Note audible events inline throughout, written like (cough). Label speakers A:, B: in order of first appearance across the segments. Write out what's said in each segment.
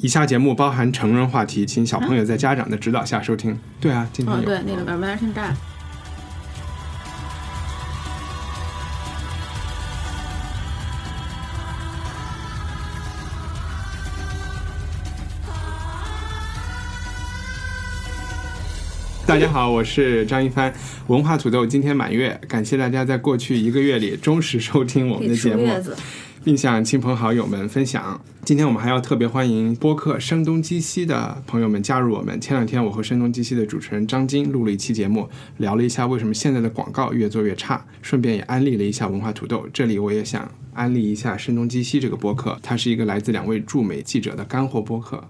A: 以下节目包含成人话题，请小朋友在家长的指导下收听。对啊，今天
B: 哦，
A: 有。
B: 对，那个《American 战》。
A: 大家好，我是张一帆，文化土豆今天满月，感谢大家在过去一个月里忠实收听我们
B: 可
A: 的
B: 以出
A: 节目，
B: 月子，
A: 并向亲朋好友们分享。今天我们还要特别欢迎播客声东击西的朋友们加入我们。前两天我和声东击西的主持人张晶录了一期节目，聊了一下为什么现在的广告越做越差，顺便也安利了一下文化土豆。这里我也想安利一下声东击西这个播客，它是一个来自两位驻美记者的干货播客。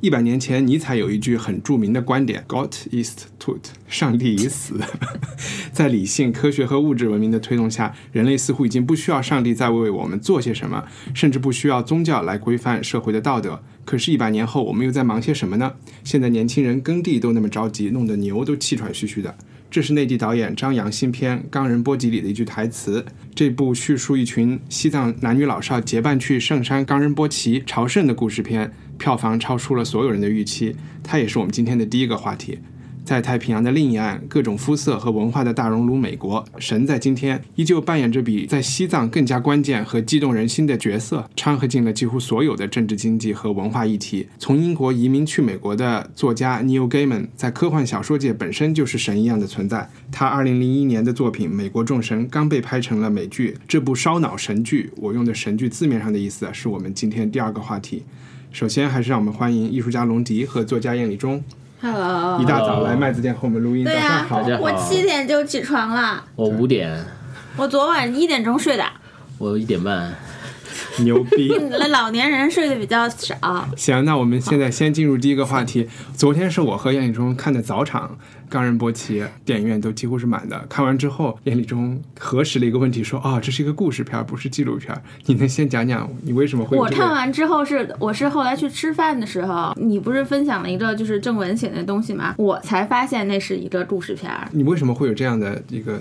A: 一百年前，尼采有一句很著名的观点：“God is tot，上帝已死。” (laughs) 在理性、科学和物质文明的推动下，人类似乎已经不需要上帝再为我们做些什么，甚至不需要宗教来规范社会的道德。可是，一百年后，我们又在忙些什么呢？现在年轻人耕地都那么着急，弄得牛都气喘吁吁的。这是内地导演张扬新片《冈仁波齐》里的一句台词。这部叙述一群西藏男女老少结伴去圣山冈仁波齐朝圣的故事片，票房超出了所有人的预期。它也是我们今天的第一个话题。在太平洋的另一岸，各种肤色和文化的大熔炉美国，神在今天依旧扮演着比在西藏更加关键和激动人心的角色，掺和进了几乎所有的政治、经济和文化议题。从英国移民去美国的作家 Neil Gaiman 在科幻小说界本身就是神一样的存在。他2001年的作品《美国众神》刚被拍成了美剧，这部烧脑神剧，我用的神剧字面上的意思啊是我们今天第二个话题。首先，还是让我们欢迎艺术家龙迪和作家燕礼中。
B: Hello，
A: 一大早来麦子店和我们录音，
B: 哦对
A: 嗯
B: 啊
A: 早
B: 呀、
A: 上好。
C: 家好
B: 我七点就起床了，
C: 我五点，
B: 我昨晚一点钟睡的。
C: 我一点半。
A: 牛逼！
B: 那老年人睡得比较少，
A: 行，那我们现在先进入第一个话题。昨天是我和燕礼中看的早场《冈仁波齐》，电影院都几乎是满的。看完之后，燕礼中核实了一个问题，说：“哦，这是一个故事片，不是纪录片。”你能先讲讲你为什么会有
B: 我
A: 这
B: 看
A: 个？
B: 完之后是，我是后来去吃饭的时候，你不是分享了一个就是郑文写的东西吗？我才发现那是一个故事片儿。
A: 你为什么会有这样的一个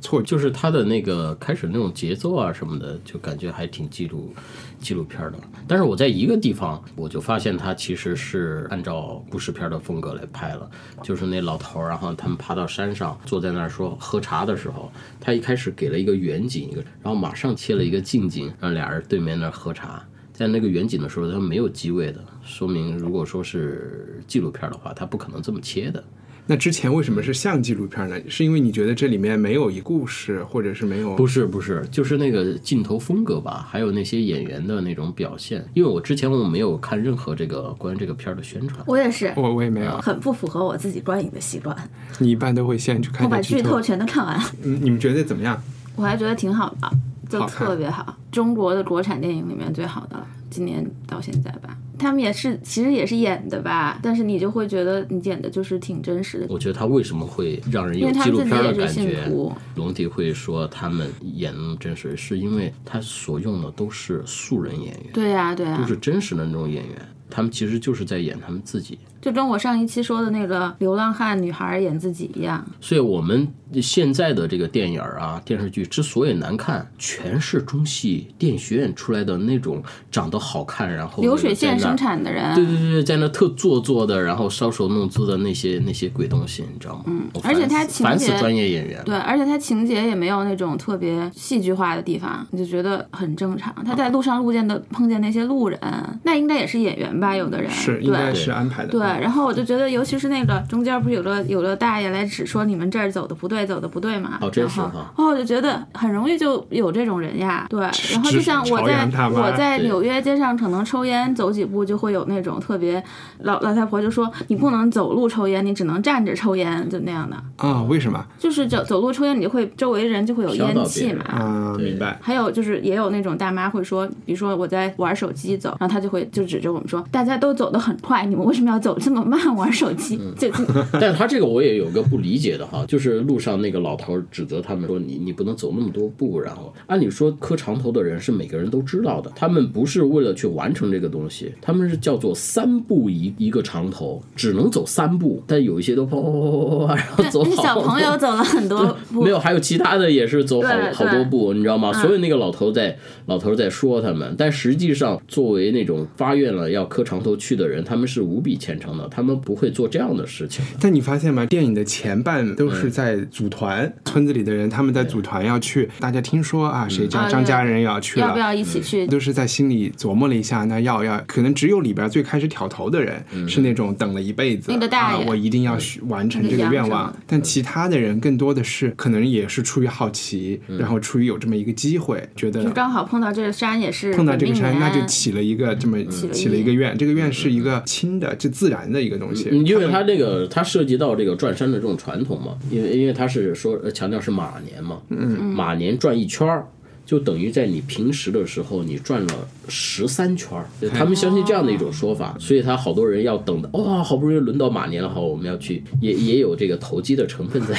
A: 错觉？
C: 就是他的那个开始那种节奏啊什么的，就感觉还挺记录纪录片的。但是我在一个地方，我就发现他其实是按照故事片的风格来拍了，就是那老头儿，然后他们爬到山上，坐在那儿说喝茶的时候，他一开始给了一个远景，一个，然后马上切了一个近景，让俩人对面那儿喝茶。在那个远景的时候，他没有机位的，说明如果说是纪录片的话，他不可能这么切的。
A: 那之前为什么是像纪录片呢？是因为你觉得这里面没有一故事，或者是没有？
C: 不是不是，就是那个镜头风格吧，还有那些演员的那种表现。因为我之前我没有看任何这个关于这个片儿的宣传，
B: 我也是，
A: 我我也没有。
B: 很不符合我自己观影的习惯。
A: 你一般都会先去看
B: 我
A: 一下
B: 把
A: 剧
B: 剧
A: 透
B: 透。全都看完了，
A: 嗯，你们觉得怎么样？
B: 我还觉得挺好的，就
A: 好看
B: 特别好，中国的国产电影里面最好的了，今年到现在吧。他们也是，其实也是演的吧，但是你就会觉得你演的就是挺真实的。
C: 我觉得他为什么会让人
B: 因
C: 有
B: 为他
C: 纪录
B: 们自
C: 片
B: 己
C: 儿
B: 也
C: 的
B: 是
C: 感
B: 信
C: 觉？
B: 徒，
C: 龙迪会说他们演那么真实，是因为他所用的都是素人演员，
B: 对呀、对呀、
C: 都是真实的那种演员，他们其实就是在演他们自己。
B: 就跟我上一期说的那个流浪汉女孩演自己一样，
C: 所以我们现在的这个电影儿啊、电视剧之所以难看，全是中戏电影学院出来的那种长得好看，然后
B: 流水线
C: 在那儿
B: 生产的人，
C: 对对对，对在那特做作的，然后搔首弄姿的那些那些鬼东西，你知道吗？嗯
B: 而且他情
C: 烦
B: 节
C: 死专业演员了。
B: 对，而且它情节也没有那种特别戏剧化的地方，你就觉得很正常。他在路上路见的碰见那些路人，那应该也是演员吧？有的人
A: 是，应该
B: 对
A: 是安排的。嗯
B: 对，
C: 嗯
B: 然后我就觉得，尤其是那个中间不是有个有个大爷来指说你们这儿走的不对，走的不对嘛。
C: 哦真是
B: 然后
C: 哈
B: 哦，我就觉得很容易就有这种人呀。对，然后就像我
A: 朝
B: 在
A: 阳大妈
B: 我在
C: 对
B: 纽约街上可能抽烟走几步就会有那种特别老老太婆就说你不能走路抽烟，你只能站着抽烟，就那样的。
A: 啊？为什么
B: 就是走走路抽烟，你就会周围人就会有
C: 飘到
B: 烟
C: 别
B: 气
C: 人嗯
B: 嘛。
A: 啊？
C: 对
A: 明白
B: 还有就是也有那种大妈会说，比如说我在玩手机走，然后她就会就指着我们说，大家都走得很快，你们为什么要走这么慢玩手机？
A: 嗯 (laughs)
B: 就就
C: 但他这个我也有个不理解的哈，就是路上那个老头指责他们说你你不能走那么多步，然后按理说磕长头的人是每个人都知道的，他们不是为了去完成这个东西，他们是叫做三步一一个长头，只能走三步，但有一些都跑跑跑跑跑，然后走
B: 但是
C: 好
B: 小朋友走了很多步
C: 没，有，还有其他的也是走好
B: 对嗯
C: 好多步，你知道吗？所以那个老头在老头在说他们，但实际上作为那种发愿了要磕长头去的人，他们是无比虔诚的，他们不会做这样的事情的。
A: 但你发现吗？电影的前半都是在组
C: 嗯
A: 团，村子里的人他们在组团要去，大家听说啊，谁
B: 啊
A: 家
B: 对
A: 张家人也要去
B: 要不
A: 了。
B: 要一起去？
A: 都是在心里琢磨了一下，那要要，可能只有里边最开始挑头的人
C: 嗯
A: 是那种等了一辈子，
B: 那个大
A: 啊
B: 爷，
A: 我一定要去完成
B: 那个
A: 这个
B: 羊
A: 愿
B: 什
A: 望
B: 么。
C: 嗯
A: 但其他的人更多的是可能也是出于好奇，
C: 嗯
A: 然后出于有这么一个机会，觉得
B: 就刚好碰到这个山也是
A: 碰到这个山，
B: 本命啊
A: 那
B: 年
A: 就起了一个这
C: 嗯
A: 么
B: 了
A: 起了一个愿，这个愿是一个亲的，就自然的一个东西。
C: 嗯，因为
A: 他
C: 它
A: 们
C: 这个它涉及到这个转山的这种传统嘛，因为因为它是说呃强调是马年嘛，嗯，马年转一圈儿。就等于在你平时的时候，你转了十三圈儿，他们相信这样的一
B: 哦
C: 种说法，所以他好多人要等的，哇、好不容易轮到马年了，好，我们要去，也也有这个投机的成
A: (laughs)
C: 分在。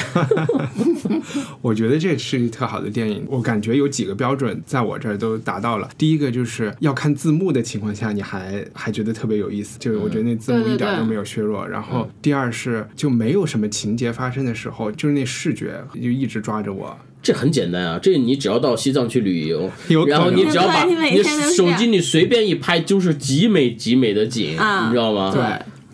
A: 我觉得这是一特好的电影，我感觉有几个标准在我这儿都达到了。第一个就是要看字幕的情况下，你还还觉得特别有意思，就是我觉得那字幕
B: 对对
A: 一点
B: 对
A: 都没有削弱。然后第二是就没有什么情节发生的时候，就是那视觉就一直抓着我。
C: 这很简单啊，这你只要到西藏去旅游
A: (laughs) 有，可能
C: 然后你只要把
B: 对每
C: 你
B: 天都是这
C: 手
B: 样
C: 机你随便一拍，就是极美极美的景，
B: 啊
C: 你知道吗？
B: 对，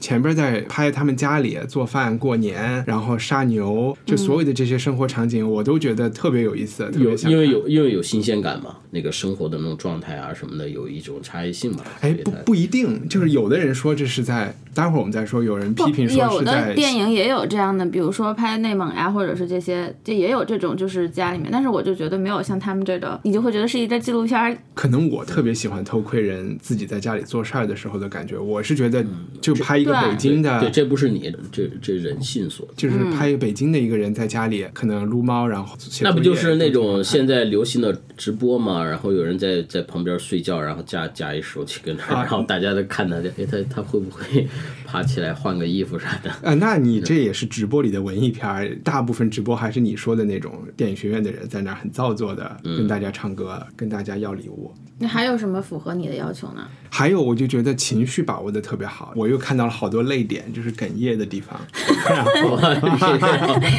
A: 前边在拍他们家里做饭、过年，然后杀牛，就所有的这些生活场景，我都觉得特别有意思，特
C: 有
A: 别想看
C: 因为有因为有新鲜感嘛，那个生活的那种状态啊什么的，有一种差异性嘛。
A: 哎
C: 所以
A: 不
C: 它
A: 不一定，就是有的人说这是在，待会儿我们再说，有人批评
B: 不，
A: 说
B: 有
A: 是在嗯
B: 的电影也有这样的，比如说拍内蒙呀、或者是这些，这也有这种，就是家里面。但是我就觉得没有像他们这个，你就会觉得是一个纪录片儿，
A: 可能我特别喜欢偷窥人自己在家里做事儿的时候的感觉。我是觉得，就拍一个
B: 对
A: 北京
C: 嗯对，
A: 的，
C: 这不是你这这人性所。
A: 就是拍一个北京的一个人在家里可能撸猫，然后写
C: 那不
A: 作
C: 就
A: 业
C: 是那种现在流行的直播嘛？然后有人在在旁边睡觉，然后架架一手机跟那儿，
A: 啊
C: 然后大家都看他，哎，他他会不会 (laughs) 爬起来换个衣服啥
A: (laughs)
C: 的？ (laughs)
A: 啊、那你这也是直播里的文艺片儿，大部分直播还是你说的那种电影学院的人在那儿很造作的
C: 嗯
A: 跟大家唱歌，跟大家要礼物。
B: 那还有什么符合你的要求
A: (laughs)
B: 呢？
A: 还有，我就觉得情绪把握的特别好，我又看到了好多泪点，就是哽咽的地方，然后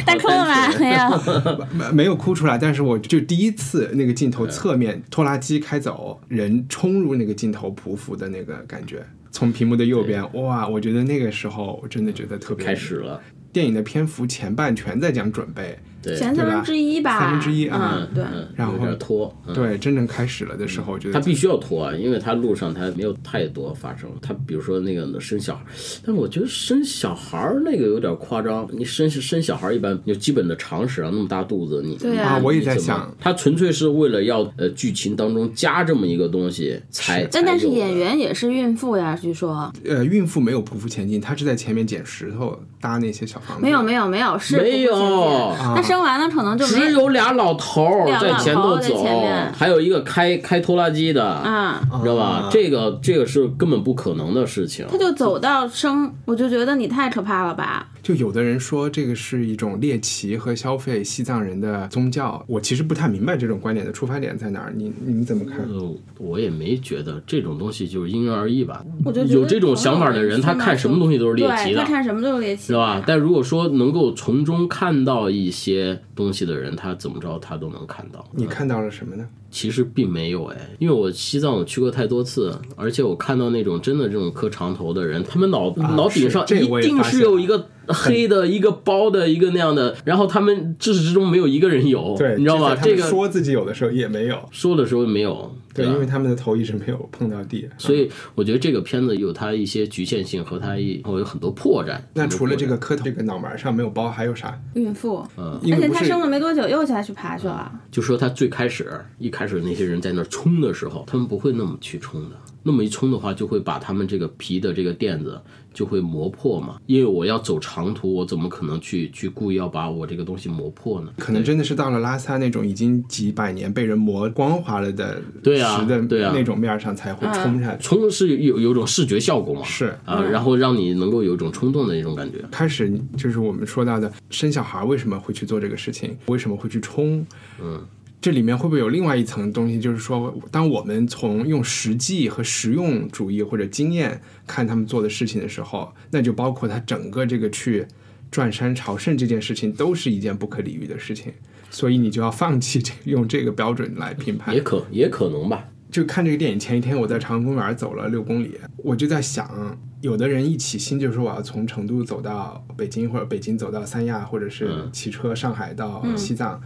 B: 大哭了吗？没有。
A: 没没有哭出来，但是我就第一次那个镜
C: 嗯
A: 头侧面拖拉机开走，人冲入那个镜头匍匐的那个感觉，从屏幕的右边，哇，我觉得那个时候我真的觉得特别
C: 开始了，
A: 电影的篇幅前半全在讲准备，
C: 对，
B: 前三分之一吧，
A: 三分之一啊
B: 嗯，对。
C: 嗯，
A: 然后
C: 有点拖，嗯。
A: 对，真正开始了的时候，我觉
C: 他
A: 得
C: 必须要拖啊，因为他路上他没有太多发生。他比如说那个生小孩，但我觉得生小孩儿那个有点夸张。你生生小孩儿一般有基本的常识啊，那么大肚子你
B: 对
A: 啊，
B: 啊
A: 我也在
C: 你怎么
A: 想，
C: 他纯粹是为了要呃剧情当中加这么一个东西才。才
B: 但但是
C: 有的
B: 演员也是孕妇呀，据说
A: 呃，孕妇没有匍匐前进，她是在前面捡石头搭那些小房子，
B: 没有没有没有是
C: 没有啊
B: 不会前进那生完了可能就
C: 只
B: 没
C: 有俩老头儿
B: 俩
C: 在
B: 老
C: 前
B: 头
C: 头
B: 儿在
C: 走
B: 前面，
C: 还有一个开开拖拉机的，
B: 啊，
C: 你知道吧？这个这个是根本不可能的事情。
B: 他就走到生，我就觉得你太可怕了吧？
A: 就有的人说这个是一种猎奇和消费西藏人的宗教，我其实不太明白这种观点的出发点在哪儿，你你们怎么看？
C: 呃，我也没觉得这种东西就是因人而异吧。
B: 我就觉得
C: 有这种想法的人，他看什么东西都是猎奇
B: 对
C: 的
B: 他，看什么都是猎奇
C: 是
B: 的
C: 吧？？但如果说能够从中看到一些东西的人，他怎么着他都能看到。
A: 你看到了什么呢？
C: 其实并没有哎，因为我西藏我去过太多次，而且我看到那种真的这种磕长头的人，他们脑、脑顶上
A: 啊是这
C: 一
A: 个我也
C: 定
A: 发现
C: 是有一个黑的、一个包的、一个那样的，然后他们至始至终没有一个人有，你知道吗？
A: 就在他
C: 这
A: 们
C: 个啊
A: 说自己有的时候也没有。
C: 说的时候没有，
A: 对，
C: 吧
A: 因为他们的头一直没有碰到地，
C: 所以我觉得这个片子有它一些局限性和它一有很多破绽。
A: 那
C: 很多
A: 除了
C: 破绽
A: 这个磕头这个脑门上没有包，还有啥？
B: 孕妇，
C: 嗯
A: 因
B: 而
A: 为
B: 且
A: 不
B: 她
A: 是
B: 生了没多久又下去爬去了。
C: 就说他最开始一开始那些人在那儿冲的时候，他们不会那么去冲的，那么一冲的话，就会把他们这个皮的这个垫子就会磨破嘛。因为我要走长途，我怎么可能去去故意要把我这个东西磨破呢？
A: 可能真的是到了拉萨那种已经几百年被人磨光滑了的
C: 对啊
A: 石的
C: 对啊
A: 那种面儿上才会冲下去。
C: 冲是有有种视觉效果嘛，
A: 是啊
C: 啊，然后让你能够有一种冲动的一种感觉。
A: 开始就是我们说到的生小孩为什么会去做这个事情，为什么会去冲？嗯，这里面会不会有另外一层东西？就是说，当我们从用实际和实用主义或者经验看他们做的事情的时候，那就包括他整个这个去转山朝圣这件事情，都是一件不可理喻的事情。所以你就要放弃这用这个标准来评判
C: 也，可也可能吧，
A: 就看这个电影前一天，我在长安公园走了六公里，我就在想，有的人一起心就说我要从成都走到北京，或者北京走到三亚，或者是骑车上海到西藏。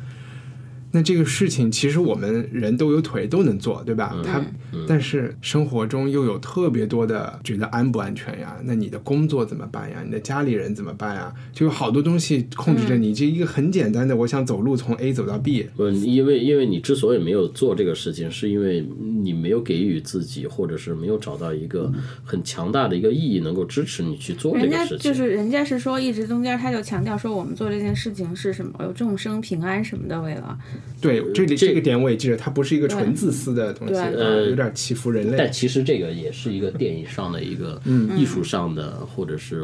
A: 那这个事情其实我们人都有腿都能做，对吧？他，但是生活中又有特别多的觉得安不安全呀？那你的工作怎么办呀？你的家里人怎么办呀？就有好多东西控制着你。这一个很简单的，我想走路从 A 走到 B，
C: 嗯，因为因为你之所以没有做这个事情，是因为你没有给予自己，或者是没有找到一个很强大的一个意义，能够支持你去做这
B: 嗯人
C: 个
B: 家
C: 事情。
B: 就是人家是说，一直中间他就强调说，我们做这件事情是什么，有众生平安什么的，为了
A: 对，这里
C: 这
A: 这个点我也记得，它不是一个纯自私的东西，
B: 呃对
A: 呃有点欺负人类
C: 但。其实这个也是一个电影上的一个艺术上的，或者是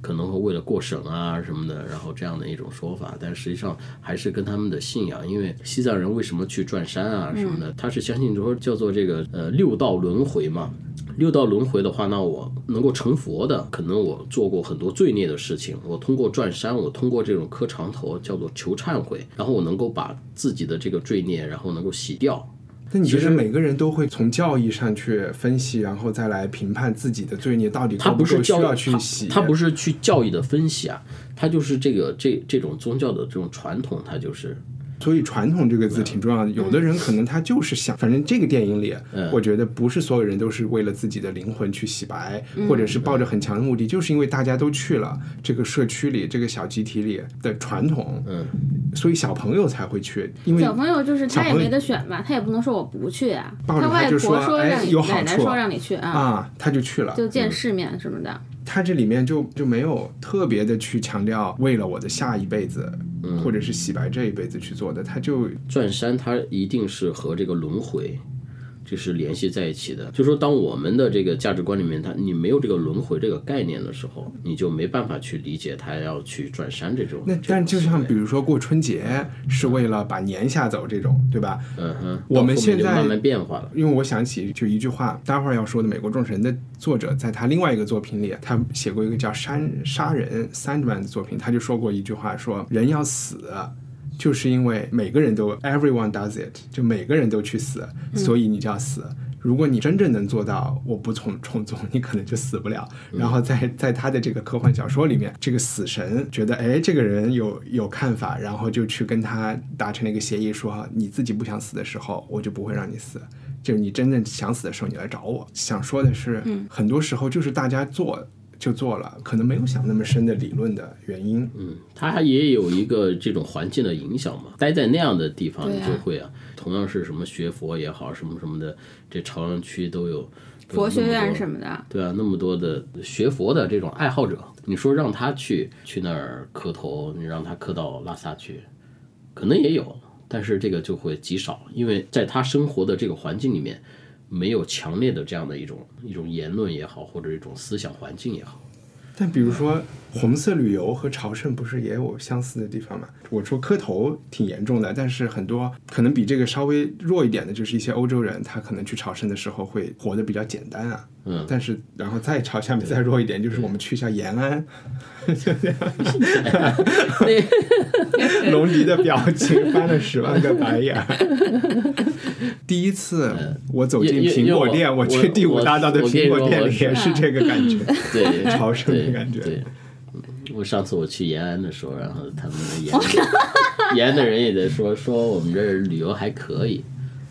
C: 可能会为了过审啊什么的，然后这样的一种说法。但实际上还是跟他们的信仰，因为西藏人为什么去转山啊什么的，他是相信说叫做这个呃六道轮回嘛。六道轮回的话，那我能够成佛的，可能我做过很多罪孽的事情，我通过转山，我通过这种磕长头，叫做求忏悔，然后我能够把自己的这个罪孽，然后能够洗掉，
A: 那你觉得每个人都会从教义上去分析，然后再来评判自己的罪孽到底
C: 他
A: 够
C: 不是
A: 够需
C: 教
A: 要去洗？
C: 他不是去教义的分析啊，他就是这个这这种宗教的这种传统，他就是
A: 所以传统这个字挺重要的。有
B: 嗯
A: 的人可能他就是想，反正这个电影里，
C: 嗯
A: 我觉得不是所有人都是为了自己的灵魂去洗白，
B: 嗯
A: 或者是抱着
C: 嗯
A: 很强的目的，就是因为大家都去了这个社区里、这个小集体里的传统，嗯，所以小朋友才会去，因为
B: 小朋友就是
A: 小
B: 他
A: 朋
B: 也
A: 友
B: 没得选吧，他也不能说我不去啊，
A: 抱着
B: 他
A: 他
B: 外
A: 就
B: 婆
A: 说哎
B: 让你
A: 有好
B: 奶奶
A: 处
B: 说让你去啊，
A: 啊，他就去了，
B: 就
C: 嗯
B: 见世面什么的。
A: 他这里面就就没有特别的去强调为了我的下一辈子，
C: 嗯
A: 或者是洗白这一辈子去做的，他就
C: 转山，它一定是和这个轮回。就是联系在一起的，就说当我们的这个价值观里面，它你没有这个轮回这个概念的时候，你就没办法去理解他要去转山这哎种。
A: 那但就像比如说过春节是为了把年吓走这种，对吧？
C: 嗯哼，
A: 我们
C: 到后面
A: 现
C: 就
A: 在
C: 慢慢变化了。
A: 因为我想起就一句话，待会儿要说的《美国众神》的作者，在他另外一个作品里，他写过一个叫《山杀人》（Sandman） 的作品，他就说过一句话说，人要死。啊就是因为每个人都 everyone does it，就每个人都去死，所以你就要死。如果你真正能做到我不从从从，你可能就死不了。然后在在他的这个科幻小说里面，这个死神觉得哎这个人有有看法，然后就去跟他达成了一个协议说，你自己不想死的时候，我就不会让你死。就是你真正想死的时候，你来找我。想说的是，很多时候就是大家做就做了，可能没有想那么深的理论的原因。
C: 它也有一个这种环境的影响嘛，待在那样的地方，
B: 对
C: 你
B: 啊
C: 就会啊，同样是什么学佛也好，什么什么的，这朝阳区都有都有
B: 佛学
C: 那么
B: 院
C: 多
B: 什么的，
C: 对啊，那么多的学佛的这种爱好者，你说让他去去那儿磕头，你让他磕到拉萨去，可能也有，但是这个就会极少，因为在他生活的这个环境里面，没有强烈的这样的一种一种言论也好，或者一种思想环境也好。
A: 但比如说红色旅游和朝圣不是也有相似的地方吗？我说磕头挺严重的，但是很多可能比这个稍微弱一点的，就是一些欧洲人，他可能去朝圣的时候会活得比较简单啊。嗯，但是然后再朝下面再弱一点，就是我们去一下延
C: (laughs)
A: 安，龙迪的表情翻了十万个白眼儿。
C: (laughs)
A: 第一次我走进
C: 嗯因为因为
A: 苹果
C: 我
A: 店，我去
C: 我
A: 第五大道的
C: 我我跟
A: 苹
C: 你
A: 果
C: 说
A: 店
C: 我
A: 里也是
C: 是
A: 这个感觉。
C: 对
A: (laughs) 朝圣的
C: 对
A: 感觉
C: 对，嗯我上次我去延安的时候，然 (laughs) 后他们的延安延安的人也在说说我们这儿旅游还可以，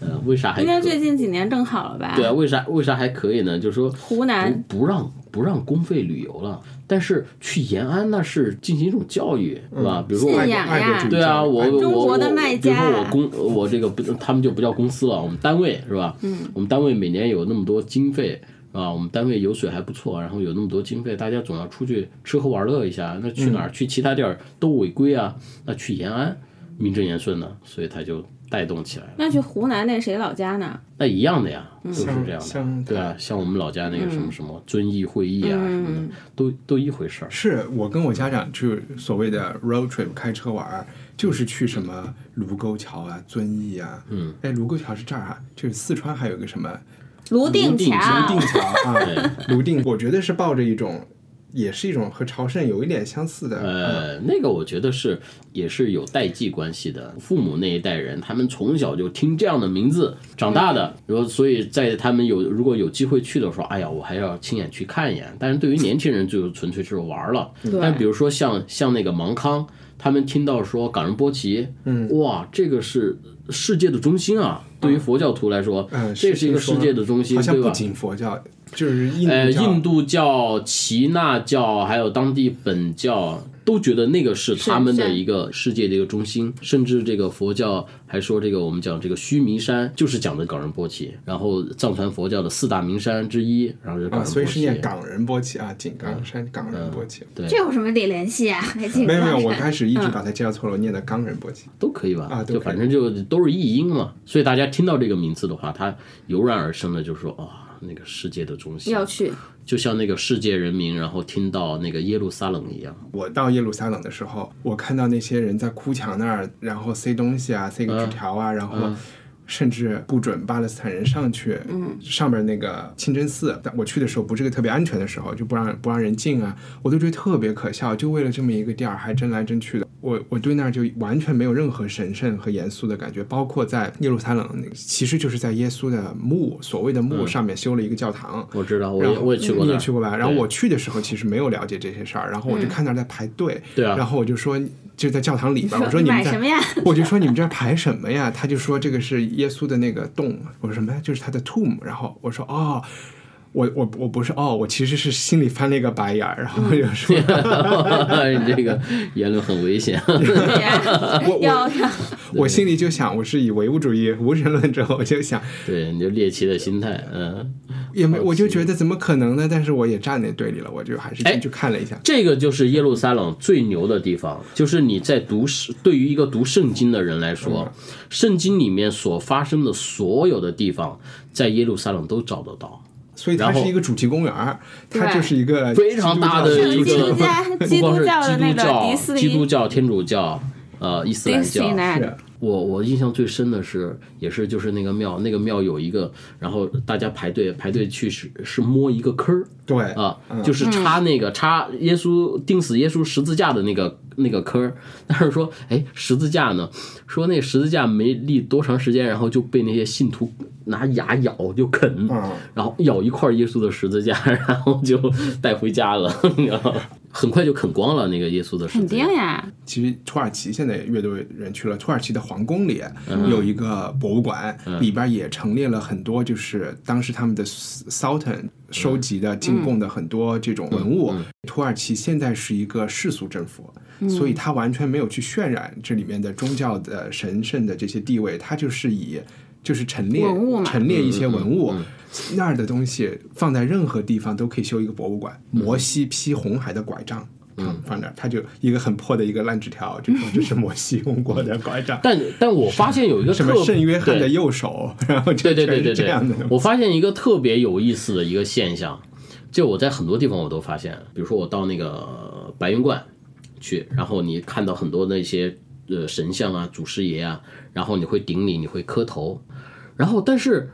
C: 嗯、呃，为啥还
B: 应该
C: 可以
B: 最近几年正好了吧？
C: 对啊，为啥为啥还可以呢？就是说
B: 湖南
C: 不不让不让公费旅游了，但是去延安那是进行一种教育，是吧？比如说我
B: 嗯信仰
A: 爱国
B: 呀
A: 主义
C: 对啊，我
A: 爱国
C: 我
B: 哎中国的卖家
C: 我比如说我公我这个不，他们就不叫公司了，我们单位是吧？嗯，我们单位每年有那么多经费。啊，我们单位油水还不错，然后有那么多经费，大家总要出去吃喝玩乐一下。那去哪
B: 嗯
C: 儿？去其他地儿都违规啊。那去延安，名正言顺的，所以他就带动起来了。
B: 那去湖南那谁老家呢？
C: 那一样的呀，
B: 嗯
C: 都是这
A: 像
C: 样的
A: 像。
C: 对啊，像我们老家那个什么什么遵义会议啊什
B: 嗯
C: 么的，都都一回事儿。
A: 是我跟我家长去所谓的 road trip 开车玩儿，就是去什么卢沟桥啊、遵义啊。嗯，哎，卢沟桥是这儿啊，就是四川还有个什么
B: 泸定
C: 嗯定
B: 桥，
A: 定桥
C: (laughs)
A: 啊，泸定，我觉得是抱着一种，也是一种和朝圣有一点相似的。嗯
C: 呃，那个我觉得是也是有代际关系的。父母那一代人，他们从小就听这样的名字长大的，然后所以在他们有如果有机会去的时候，哎呀，我还要亲眼去看一眼。但是对于年轻人，就纯粹就是玩儿了。但比如说像像那个芒康，他们听到说冈仁波齐，嗯，哇，这个是世界的中心啊！对于佛教徒来说，
A: 嗯，
C: 这是一个世界的中心，
A: 好像
C: 对
A: 不
C: 吧？
A: 仅佛教，就是印
C: 呃，
A: 度教啊
C: 印度教、耆那教，还有当地本教，都觉得那个是他们的一个世界的一个中心。甚至这个佛教还说，这个我们讲这个须弥山，就是讲的冈仁波齐。然后藏传佛教的四大名山之一，然后是冈
A: 啊，
C: 仁
A: 所
C: 波
A: 以是
C: 齐。
A: 念冈仁波齐啊，井
C: 嗯
A: 冈山冈仁波齐。
C: 对
D: 这，有什么得联系
B: (laughs)
D: 啊？还挺
A: 没有没有，
D: 浪
A: 我
D: 漫
A: 开始一直把它介绍错了，我念的冈仁波齐。
C: 都可以吧？
A: 啊都可以
C: 就反正就都是译音嘛。所以大家听到这个名字的话，它油然而生的就说啊、那个世界的中心
B: 要
C: (laughs)
B: 去
C: 就像那个世界人民，然后听到那个耶路撒冷一样。
A: 我到耶路撒冷的时候，我看到那些人在哭墙那儿，然后塞东西
C: 嗯
A: 啊，塞个纸条啊，然后甚至不准巴勒斯坦人上去。嗯，上边那个清真寺，但我去的时候不是个特别安全的时候，就不让不让人进啊，我都觉得特别可笑。就为了这么一个地儿，还争来争去的。我我对那儿就完全没有任何神圣和严肃的感觉，包括在耶路撒冷，那个，其实就是在耶稣的墓，所谓的墓上面修了一个教堂。
C: 嗯我知道，我
A: 然
C: 也
A: 后
C: 我也去过
A: 你
C: 那
A: 也
C: 儿，
A: 去过吧？然后
C: 对
A: 我去的时候其实没有了解这些事儿，然后
B: 嗯
A: 我就看那儿在排队，
C: 对啊
A: 然后我就说就在教堂里边，我
B: (laughs)
A: 说
B: 说
A: 你们
B: 买
A: 在
B: 什么呀？
A: (laughs) 我就说你们这儿排什么呀？他就说这个是耶稣的那个洞，我说什么呀？就是他的 tomb，然后我说哦。我我我不是哦，我其实是心里翻了一个白眼儿，然后我
C: 嗯
A: 就
C: (laughs)
A: 说，
C: 你这个言论很危险。啊
B: 对呀要要
A: 我心里就想，我是以唯物主义无神论者，我就想，
C: 对，你就猎奇的心态，嗯，
A: 也没，我就觉得怎么可能呢？但是我也站那队里了，我就还
C: 哎
A: 是进去看了一下。
C: 这个就是耶路撒冷最牛的地方，就是你在读圣，对于一个读圣经的人来说，圣经里面所发生的所有的地方，在耶路撒冷都找得到，
A: 所以它
C: 然后
A: 是一个主题公园儿，它
B: 对
A: 就是一个
C: 非常大的
A: 基
C: 一
A: 督教
B: 基
C: 个
B: 督教基督
C: 不光是
B: 教的那
C: 基
B: 个
C: 督教
B: 迪士尼
C: 基督教、天主教、呃伊斯兰教，
B: Disneyland
C: 我我印象最深的是，也是就是那个庙，那个庙有一个，然后大家排队排队去是是摸一个坑儿，
A: 对嗯
C: 啊，就是插那个插耶稣钉死耶稣十字架的那个那个坑儿，但是说哎十字架呢，说那十字架没立多长时间，然后就被那些信徒拿牙咬就啃，
A: 嗯
C: 然后咬一块耶稣的十字架， (laughs) 然后就带回家了， (laughs) 你知道吗？很快就啃光了那个耶稣的十
B: 肯
C: 字架
B: 定，呀，
A: 其实土耳其现在越多人去了，土耳其的皇宫里有一个博物馆，里边也陈列了很多就是当时他们的 sultan 收集的进贡的很多这种文物。土耳其现在是一个世俗政府，
B: 嗯
A: 所以它完全没有去渲染这里面的宗教的神圣的这些地位，它就是以。就是陈列
B: 文物嘛
A: 陈列一些文物，那儿的东西放在任何地方都可以修一个博物馆。摩西劈红海的拐杖，嗯，放那儿，他就一个很破的一个烂纸条，就说这是摩西用过的拐杖，
C: 但但我发现有一个
A: 什么
C: 特
A: 圣约翰
C: 对
A: 的右手，然后 (laughs) 就
C: 对对对对
A: 全是这样的
C: 对，我发现一个特别有意思的一个现象，就我在很多地方我都发现，比如说我到那个白云观去，然后你看到很多那些呃神像啊、祖师爷啊，然后你会顶礼，你会磕头，然后但是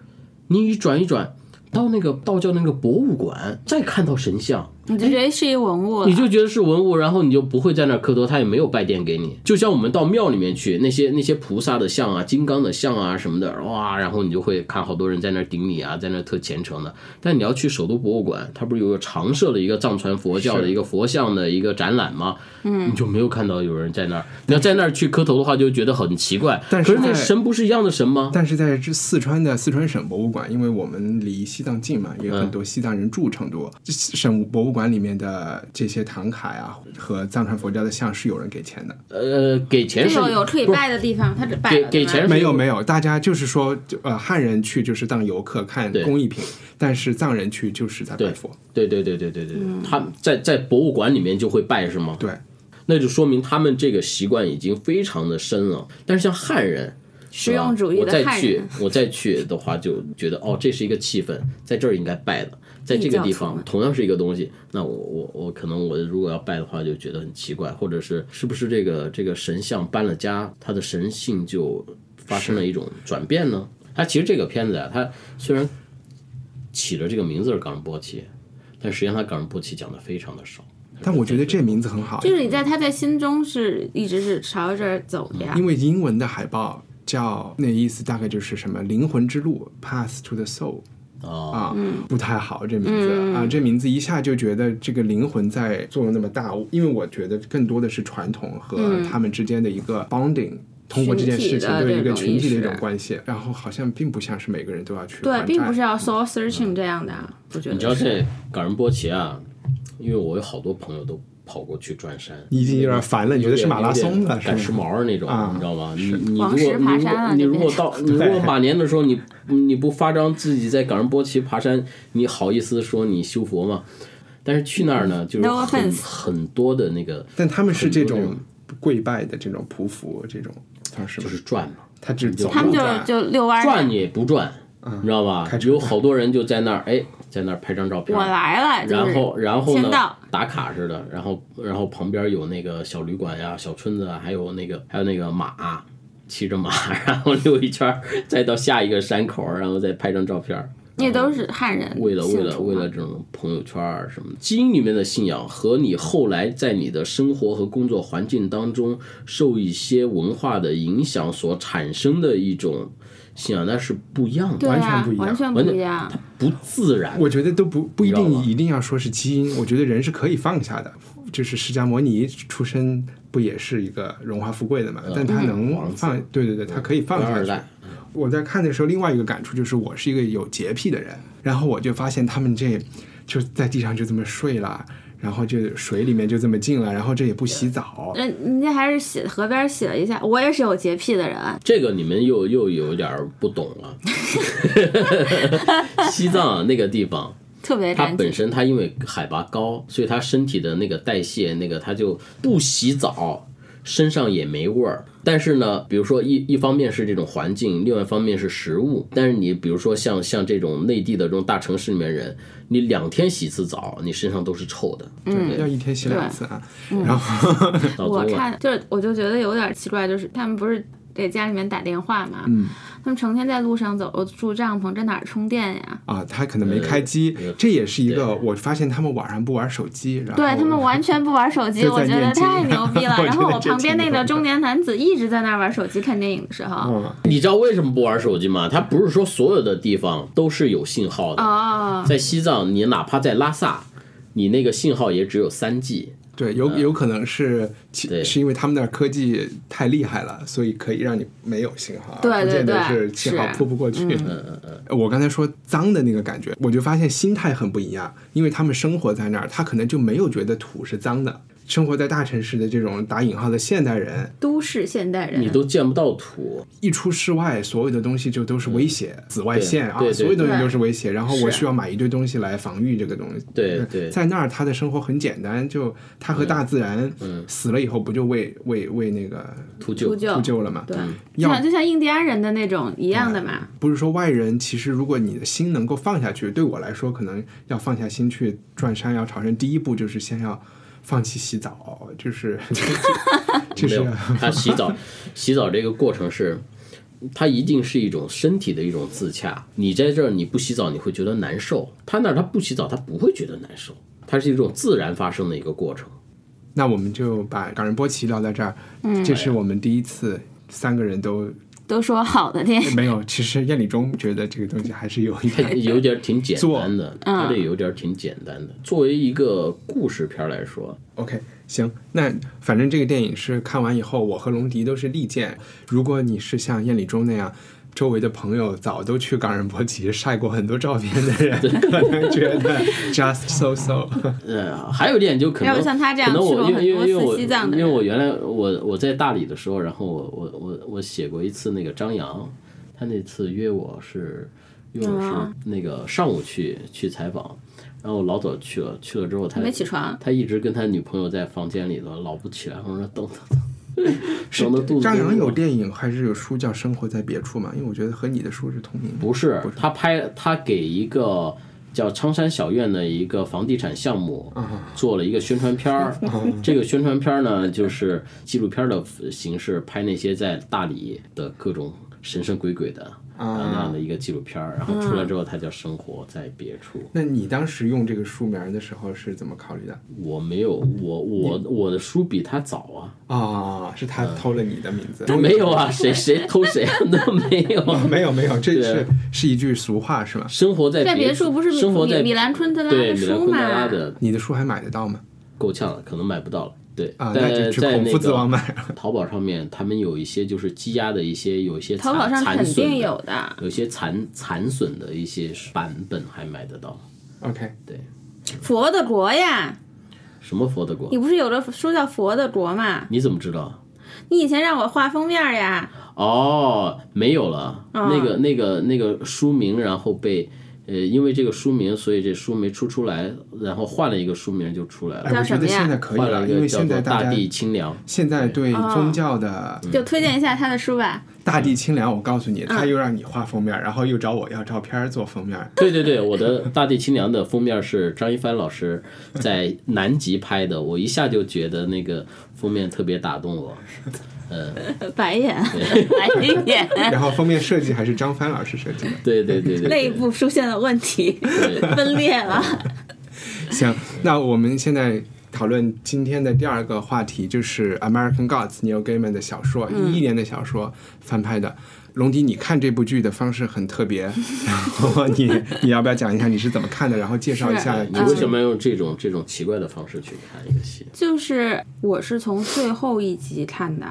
C: 你一转一转到那个道教那个博物馆，再看到神像，
B: 你就觉得是一文物了
C: 你就觉得是文物，然后你就不会在那儿磕头，他也没有拜殿给你。就像我们到庙里面去，那些那些菩萨的像啊、金刚的像啊什么的，哇，然后你就会看好多人在那儿顶礼啊，在那儿特虔诚的。但你要去首都博物馆，它不是有个常设的一个藏传佛教的一个佛像的一个展览吗？嗯，你就没有看到有人在那儿。你要在那儿去磕头的话，就觉得很奇怪。
A: 但是
C: 可是那
A: 在
C: 神不是一样的神吗？
A: 但是在这四川的四川省博物馆，因为我们离西藏近嘛，也有很多西藏人住成都。这省博物馆里面的这些唐卡呀和藏传佛教的像是有人给钱的，
C: 呃，给钱
B: 这
C: 是
B: 种有可以拜的地方，他只拜
C: 给
B: 了
C: 给
B: 对吧
C: 钱
A: 没有没有，大家就是说，就呃，汉人去就是当游客看
C: 对
A: 工艺品，但是藏人去就是在拜佛。
C: 对对对对对对，
B: 嗯
C: 他们在在博物馆里面就会拜是吗？
A: 对，
C: 那就说明他们这个习惯已经非常的深了。但是像汉人，
B: 实
C: 是吧
B: 用主义
C: 我
B: 的
C: 再
B: 汉
C: 去
B: 人，
C: 我再去的话，就觉得哦，这是一个气氛，在这儿应该拜的，在这个地
B: 异教徒
C: 方
B: 嘛
C: 同样是一个东西，那我我我可能我如果要拜的话，就觉得很奇怪，或者是是不是这个这个神像搬了家，他的神性就发生了一种转变呢？它其实这个片子啊，它虽然起了这个名字是冈仁波齐，但实际上它冈仁波齐讲的非常的少。
A: 但我觉得这名字很好，
B: 就是你在他在心中是一直是朝着走的
C: 嗯
B: 呀。
A: 因为英文的海报叫那意思大概就是什么灵魂之路 （Path to the Soul）。
C: 哦
A: 啊，
B: 嗯
A: 不太好这名字、啊，这名字一下就觉得这个灵魂在作用那么大，因为我觉得更多的是传统和他们之间的一个 bonding，、通过这件事
B: 嗯群体
A: 情
B: 的
A: 对
B: 这
A: 一个
B: 种
A: 群体的一
B: 意识
A: 种关系，然后好像并不像是每个人都要去
B: 对，
A: 还
B: 并
A: 债
B: 不是要 soul searching 这样的啊，我觉得。
C: 你知道 (laughs) 这冈仁波齐啊，因为我有好多朋友都跑过去转山，
A: 你已经有点烦了，你觉得是马拉松
C: 有
A: 的
C: 点
A: 是吗
C: 赶时髦儿那种，
A: 啊
C: 你知道吗？你你如
B: 黄
C: 果
B: 石爬山啊
C: 你
B: 这
C: 如果你
B: 边 (laughs)
C: 如果到你如果马年的时候你你不发张自己在冈仁波齐爬山，你好意思说你修佛吗？但是去那儿呢，就是
B: No
C: 很
B: offense
C: 很多的那个
A: 但他们是这
C: 很多
A: 种跪拜的这种匍匐这种方式吗，
C: 就是转嘛，
A: 他只走
B: 他们
A: 路
B: 就
A: 在
B: 就遛弯儿
C: 转也不转，你知道吧
A: 嗯开？车
C: 有好多人就在那儿哎，在那儿拍张照片
B: 我
C: 儿，
B: 来了，就是
C: 然后，然后呢
B: 签到，
C: 打卡似的，然后，然后旁边有那个小旅馆呀、小村子啊，还有那个，还有那个马，骑着马， (laughs) 然后溜一圈儿，再到下一个山口，然后再拍张照片儿。
B: 那都是汉人
C: 嗯为了为
B: 信
C: 了
B: 徒嘛
C: 为了这种朋友圈儿什么的，基因里面的信仰和你后来在你的生活和工作环境当中受一些文化的影响所产生的一种信仰，那是不一样
B: 对
C: 的，
B: 啊
A: 完全不一，样
B: 完全不
C: 完全
B: 一样。
C: 不自然。
A: 我觉得都不不一
C: 你知道
A: 定
C: 吗
A: 一定要说是基因，我觉得人是可以放下的。就是释迦摩尼出身不也是一个荣华富贵的嘛，但他能放，对对对，他可以放
C: 官
A: 下
C: 二
A: 去
C: 代。，
A: 我在看的时候，另外一个感触就是，我是一个有洁癖的人，然后我就发现他们这就在地上就这么睡了，然后就水里面就这么进了，然后这也不洗澡，
B: 人人家还是写河边写了一下，我也是有洁癖的人，
C: 这个你们又又有点儿不懂了。 (laughs) 西藏那个地方，
B: 特别
C: 它
B: 干净
C: 本。身它因为海拔高，所以它身体的那个代谢，那个它就不洗澡，身上也没味儿。但是呢，比如说一一方面是这种环境，另外一方面是食物。但是你比如说像像这种内地的这种大城市里面人，你两天洗一次澡，你身上都是臭的。
A: 对，要一天洗两次啊。然后
C: 到
B: 嗯我
C: 昨晚
B: 看就是，我就觉得有点奇怪，就是他们不是给家里面打电话嘛，嗯，他们成天在路上走，住帐篷，这哪儿充电呀？
A: 啊，他可能没开机，这也是一个我发现他们晚上不玩手机，然后
B: 对他们完全不玩手机，
A: (laughs) 就
B: 我
A: 在
B: 觉得
A: 念经
B: 太牛逼了。
A: (laughs) 我觉得
B: 然后我
A: 这
B: 旁
A: 挺
B: 边那
A: 牛
B: 个
A: 的嗯
B: 中年男子一直在那儿玩手机看电影的时候，
C: 你知道为什么不玩手机吗？它不是说所有的地方都是有信号的。
B: 哦，
C: 在西藏，你哪怕在拉萨，你那个信号也只有三 G。
A: 对，有有可能是其
C: 对
A: 是因为他们那儿科技太厉害了，所以可以让你没有信号，
B: 对
A: 不见得
B: 对对
A: 是信号
B: 是
A: 扑不过去。我刚才说脏的那个感觉，我就发现心态很不一样，因为他们生活在那儿，他可能就没有觉得土是脏的。生活在大城市的这种打引号的现代人，
B: 都市现代人
C: 你都见不到土，
A: 一出室外，所有的东西就都是威胁，紫外线啊
C: 嗯对，对
A: 所有东西
B: 对
A: 都是威胁。然后我
B: 是
A: 需要买一堆东西来防御这个东西。
C: 对对嗯
A: 在那儿他的生活很简单，就他和大自然死了以后，不就为为为那个
C: 秃
B: 秃
C: 鹫。
B: 鹫
C: 嗯
A: 秃鹫了吗？
B: 对，就
A: 要
B: 像就像印第安人的那种一样的嘛。
A: 不是说外人，其实如果你的心能够放下去，对我来说，可能要放下心去转山要朝圣，第一步就是先要放弃洗澡，就是 (laughs) 就
C: 没
A: 是
C: 有，他洗澡， (laughs) 洗澡这个过程是，它一定是一种身体的一种自洽。你在这儿你不洗澡，你会觉得难受；他那儿他不洗澡，他不会觉得难受。它是一种自然发生的一个过程。
A: 那我们就把冈仁波齐聊到这儿，这是我们第一次三个人都
B: 都说好的
C: (laughs)
B: 电影，
A: 没有。其实燕礼中觉得这个东西还是有一
C: 它
A: 点，
C: (laughs) 有点挺简单的，它这有点挺简单的。作为一个故事片来说，
A: OK，行，那反正这个电影是看完以后，我和龙迪都是力荐。如果你是像燕礼中那样，周围的朋友早都去冈仁波齐晒过很多照片的人，可能觉得 just so so。
C: 呃，还有一点就可
B: 要
C: 能
B: 不像他这样
C: 可能我
B: 去
C: 因
B: 过
C: 为
B: 很
C: 因为因为
B: 多
C: 我
B: 次西藏的
C: 因为
B: 人
C: 我原来我我在大理的时候，然后我我我我写过一次那个张扬，他那次约我是约我
B: 哦
C: 是那个上午去去采访，然后我老早去了，去了之后他
B: 没起床。
C: 他一直跟他女朋友在房间里头老不起来，我说等等 (laughs) 等，等的肚
A: (laughs)
C: 子
A: 张
C: 都
A: 扬有
C: 饿
A: 电影还是有书叫《生活在别处》嘛？因为我觉得和你的书是同名。
C: 不是，他拍他给一个叫苍山小院的一个房地产项目做了一个宣传片儿。这个宣传片儿呢，就是纪录片儿的形式，拍那些在大理的各种神神鬼鬼的啊那样的一个纪录片儿。然后出来之后，它叫《生活在别处》。
A: 那你当时用这个书名儿的时候是怎么考虑的？
C: 我没有，我我我的书比他早啊。
A: 啊、是他偷了你的名字？
C: 嗯没有啊，谁谁偷谁啊？都 (laughs) 没有啊。
A: 没有没有，这
C: 对
A: 是是一句俗话是吧？
C: 生活在
B: 在别处不是米
C: 生活在
B: 米米兰昆德拉的
C: 对米兰
B: 书
C: 昆德拉
B: 嘛？
C: 的
A: 你的书还买得到吗？
C: 够呛了，可能买不到了。对，
A: 啊，那
C: 在
A: 就去
C: 在
A: 孔
C: 那
A: 夫子王
C: 个
A: 买了。
C: (laughs) 淘宝上面，他们有一些就是积压的一些有一些
B: 淘宝
C: 残
B: 上肯
C: 残损
B: 定
C: 的
B: 有的，
C: 有一些残残损的一些版本还买得到。
A: OK，
C: 对，
B: 佛的国呀，
C: 什么佛的国
B: 你？不是有的书叫佛的国嘛？
C: 你怎么知道？
B: 你以前让我画封面呀，
C: 哦，没有了，
B: 啊
C: 那个那个那个书名，然后被呃，因为这个书名，所以这书没出出来，然后换了一个书名就出来
A: 哎，
C: 了，
A: 我觉
B: 叫什么
A: 得
B: 呀
A: 现在可以
C: 换了
A: 了，
C: 一
A: 因
C: 个
A: 为
C: 叫
A: 现
C: 做
A: 在
C: 《
A: 大家
C: 地嗯清凉》。
A: 现在对
B: 哦
A: 宗教的
B: 就推荐一下他的书吧。
A: 大地清凉，我告诉你，
B: 嗯
A: 他又让你画封面，然后又找我要照片做封面。
C: (laughs) 对对对，我的《大地清凉》的封面是张一帆老师在南极拍的，我一下就觉得那个封面特别打动我。
B: 呃白眼，白眼，
A: 然后封面设计还是张帆老师设计的。
C: 对对对对
B: 内
C: 对，
B: 部出现了问题，
C: 对
B: 分裂了。
A: 行，那我们现在讨论今天的第二个话题，就是《American Gods》Neil Gaiman 的小说，
B: 嗯
A: 一一年的小说翻拍的。龙迪，你看这部剧的方式很特
B: (laughs)
A: 别，然后你你要不要讲一下你是怎么看的，然后介绍一下
C: 你为什么要用这种这种奇怪的方式去看一个戏？
B: 就是我是从最后一集看的，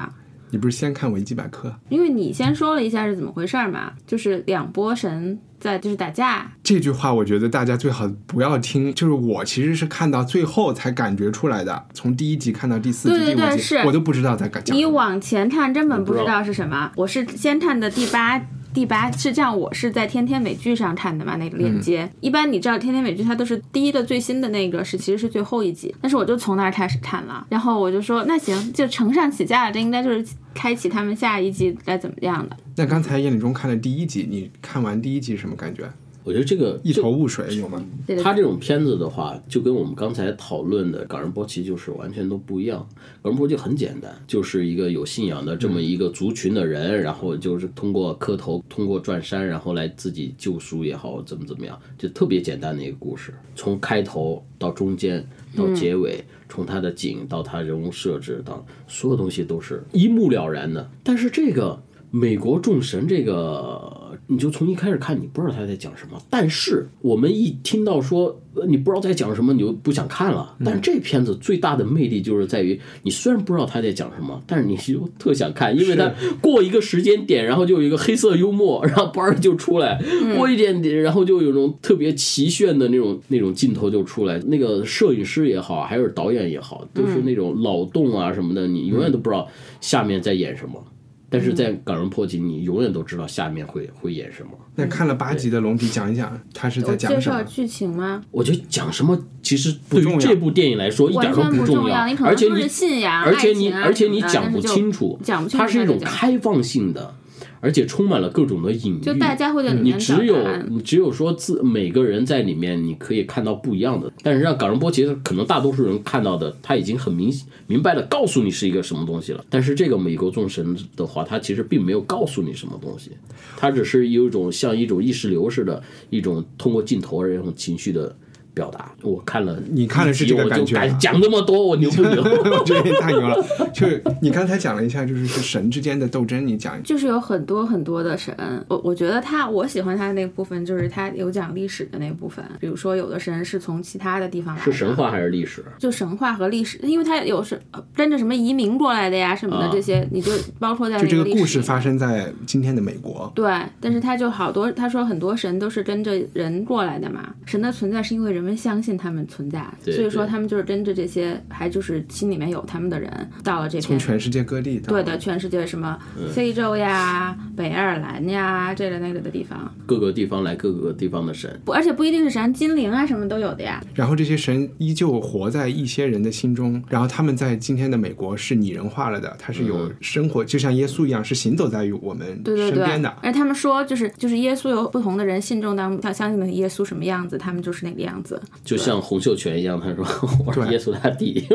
A: 你不是先看维基百科？
B: 因为你先说了一下是怎么回事儿嘛，就是两波神在就是打架，
A: 这句话我觉得大家最好不要听，就是我其实是看到最后才感觉出来的，从第一集看到第四集、
B: 对对对
A: 第五集
B: 是，
A: 我都不知道在讲什么。
B: 你往前看根本不知道是什么。我是先看的第八。第八是这样，我是在天天美剧上看的嘛，那个链接。一般你知道天天美剧它都是第一个最新的那个是其实是最后一集，但是我就从那儿开始看了，然后我就说那行就承上启下了，这应该就是开启他们下一集该怎么样的。
A: 那刚才燕礼中看了第一集，你看完第一集什么感觉？
C: 我觉得这个
A: 一头雾水有吗？
B: 对对
C: 他这种片子的话，就跟我们刚才讨论的《冈仁波齐》就是完全都不一样。冈仁波齐很简单，就是一个有信仰的这么一个族群的人，然后就是通过磕头、通过转山，然后来自己救赎也好，怎么怎么样，就特别简单的一个故事。从开头到中间到结尾，从他的景到他人物设置到所有东西都是一目了然的。但是这个美国众神这个，你就从一开始看，你不知道他在讲什么。但是我们一听到说呃你不知道在讲什么，你就不想看了。但是这片子最大的魅力就是在于，你虽然不知道他在讲什么，但是你就特想看，因为他过一个时间点，然后就有一个黑色幽默，然后班儿就出来；过一点点，然后就有种特别奇炫的那种那种镜头就出来。那个摄影师也好，还是导演也好，都是那种脑洞啊什么的，你永远都不知道下面在演什么。但是在《冈仁波齐》，你永远都知道下面会会演什么。
A: 那看了八集的龙迪讲一讲，他是在
B: 嗯我介
A: 讲什
B: 绍
A: 么？
B: 剧情吗？
C: 我觉得讲什么，其实对
A: 重
C: 于
A: 要
C: 这部电影来说一点
B: 完
C: 都
B: 全不
C: 重
B: 要，你可
C: 而
B: 能
C: 且
B: 说
C: 你
B: 是信仰，
C: 而且
B: 爱
C: 你
B: 情啊
C: 而且你
B: 什么的
C: 讲不
B: 但是就
C: 清楚，
B: 讲不清楚，
C: 它是一种
B: 那就讲
C: 开放性的，而且充满了各种的隐喻，
B: 就大家会在里
C: 你
B: 面找
C: 只有
B: 答案
C: 你只有说自每个人在里面，你可以看到不一样的。但是让冈仁波齐可能大多数人看到的，他已经很明明白的告诉你是一个什么东西了。但是这个美国众神的话，他其实并没有告诉你什么东西，他只是有一种像一种意识流似的，一种通过镜头而一种情绪的表达。我看了一集，
A: 你看了是这个
C: 我
A: 感
C: 就
A: 觉啊
C: 讲那么多，我牛不
A: (laughs)
C: 牛？
A: 我觉得啊你太牛了。就是你刚才讲了一下，就是是神之间的斗争，你讲一
B: 就是有很多很多的神，我我觉得他我喜欢他的那部分就是他有讲历史的那部分，比如说有的神是从其他的地方来
C: (laughs) 是
B: 的，
C: 神话还是历史？
B: 就神话和历史，因为他有是呃跟着什么移民过来的呀什么的
C: 啊
B: 这些，你就包括在
A: 就这
B: 那
A: 个
B: 个历史
A: 故事
B: 里
A: 发生在今天的美国，
B: 对，但是他就好多，他说很多神都是跟着人过来的嘛，神的存在是因为人们相信他们存在，
C: 对
B: 所以说
C: 对
B: 他们就是跟着这些还就是心里面有他们的人到了这
A: 从
B: 片。
A: 全世界嗯各地的。
B: 对的，，全世界什么非洲呀、北爱尔兰呀，这个那个的地方，
C: 各个地方来各个地方的神，
B: 不，而且不一定是神，精灵啊什么都有的呀。
A: 然后这些神依旧活在一些人的心中，然后他们在今天的美国是拟人化了的，他是有生活，就像耶稣一样，是行走在于我们
B: 嗯对对
A: 身
B: 对
A: 边的。，
B: 而他们说就是就是耶稣有不同的人信众当他相信的耶稣什么样子，他们就是那个样子。
C: 就像洪秀全一样，他说 (laughs) 我
A: 对
C: 是耶稣他 (laughs) 弟。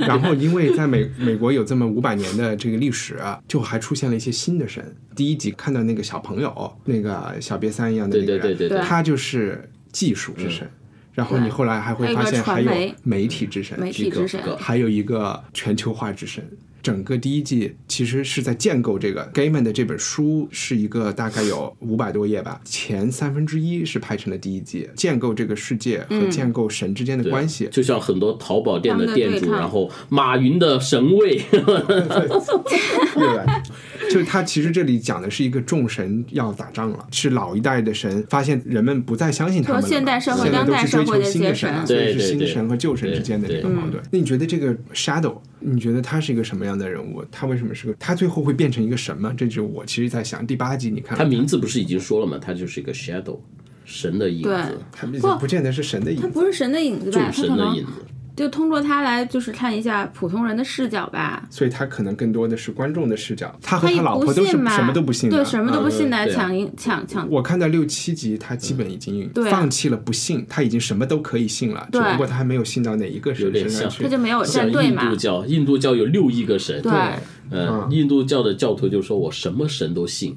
A: 然后，因为在美 (laughs) 美国有这么五百年的这个历史啊，就还出现了一些新的神。第一集看到那个小朋友，那个小瘪三一样的
C: 对
A: 那个
C: 对
A: 人，
C: 对对对
A: 他就是技术之神。然后你后来还会发现还
B: 还有一个传媒
A: 有媒体之神，
B: 媒体之神
C: 一个一个
A: 还有一个全球化之神。整个第一季其实是在建构这个 Gaiman 的这本书，是一个大概有五百多页吧，前三分之一是拍成了第一季，建构这个世界
C: 嗯
A: 和建构神之间的关系。
C: 就像很多淘宝店
B: 他们的
C: 店
B: 对
C: 主，
B: 抗
C: 然后马云的神位， (laughs)
A: 对吧？ (laughs) 就是他其实这里讲的是一个众神要打仗了，是老一代的神发现人们不再相信他们了嘛，
B: 说现代社会
A: 现在都
B: 当代
A: 是追
B: 社
A: 求
B: 会的
A: 新的
B: 阶
A: 神了，啊所
B: 层
A: 以是
C: 对对
A: 新
C: 对
A: 神和旧神之间的这个
C: 对
A: 矛盾。那你觉得这个 Shadow，你觉得他是一个什么样的人物？他为什么是个？他最后会变成一个神吗？这就是我其实在想第八集你看
C: 他名字不是已经说了吗？他就是一个 shadow，神的影子，
A: 他毕竟不见得是神的影
B: 他
A: 子，
B: 不是神的影子吧？
C: 众
B: 他
C: 神
B: 可
C: 的
B: 能
C: 影子。
B: 就通过他来就是看一下普通人的视角吧。
A: 所以他可能更多的是观众的视角。他和
B: 他也
A: 他老婆都是
B: 信嘛，
A: 什么都不信的，
B: 对，什么都不信的，
C: 对啊
B: 抢赢抢抢。
A: 我看到六七集，他基
C: 嗯
A: 本已经
B: 对啊
A: 放弃了不信，他已经什么都可以信了，只
B: 对
A: 不过他还没有信到哪一个
C: 有
A: 神身
C: 点
A: 上
C: 像
A: 去
B: 他。就没有
C: 像
B: 站队
C: 印
B: 嘛
C: 度。教，印度教有六亿个神，
B: 对，
A: 嗯
C: 呃，印度教的教徒就说我什么神都信，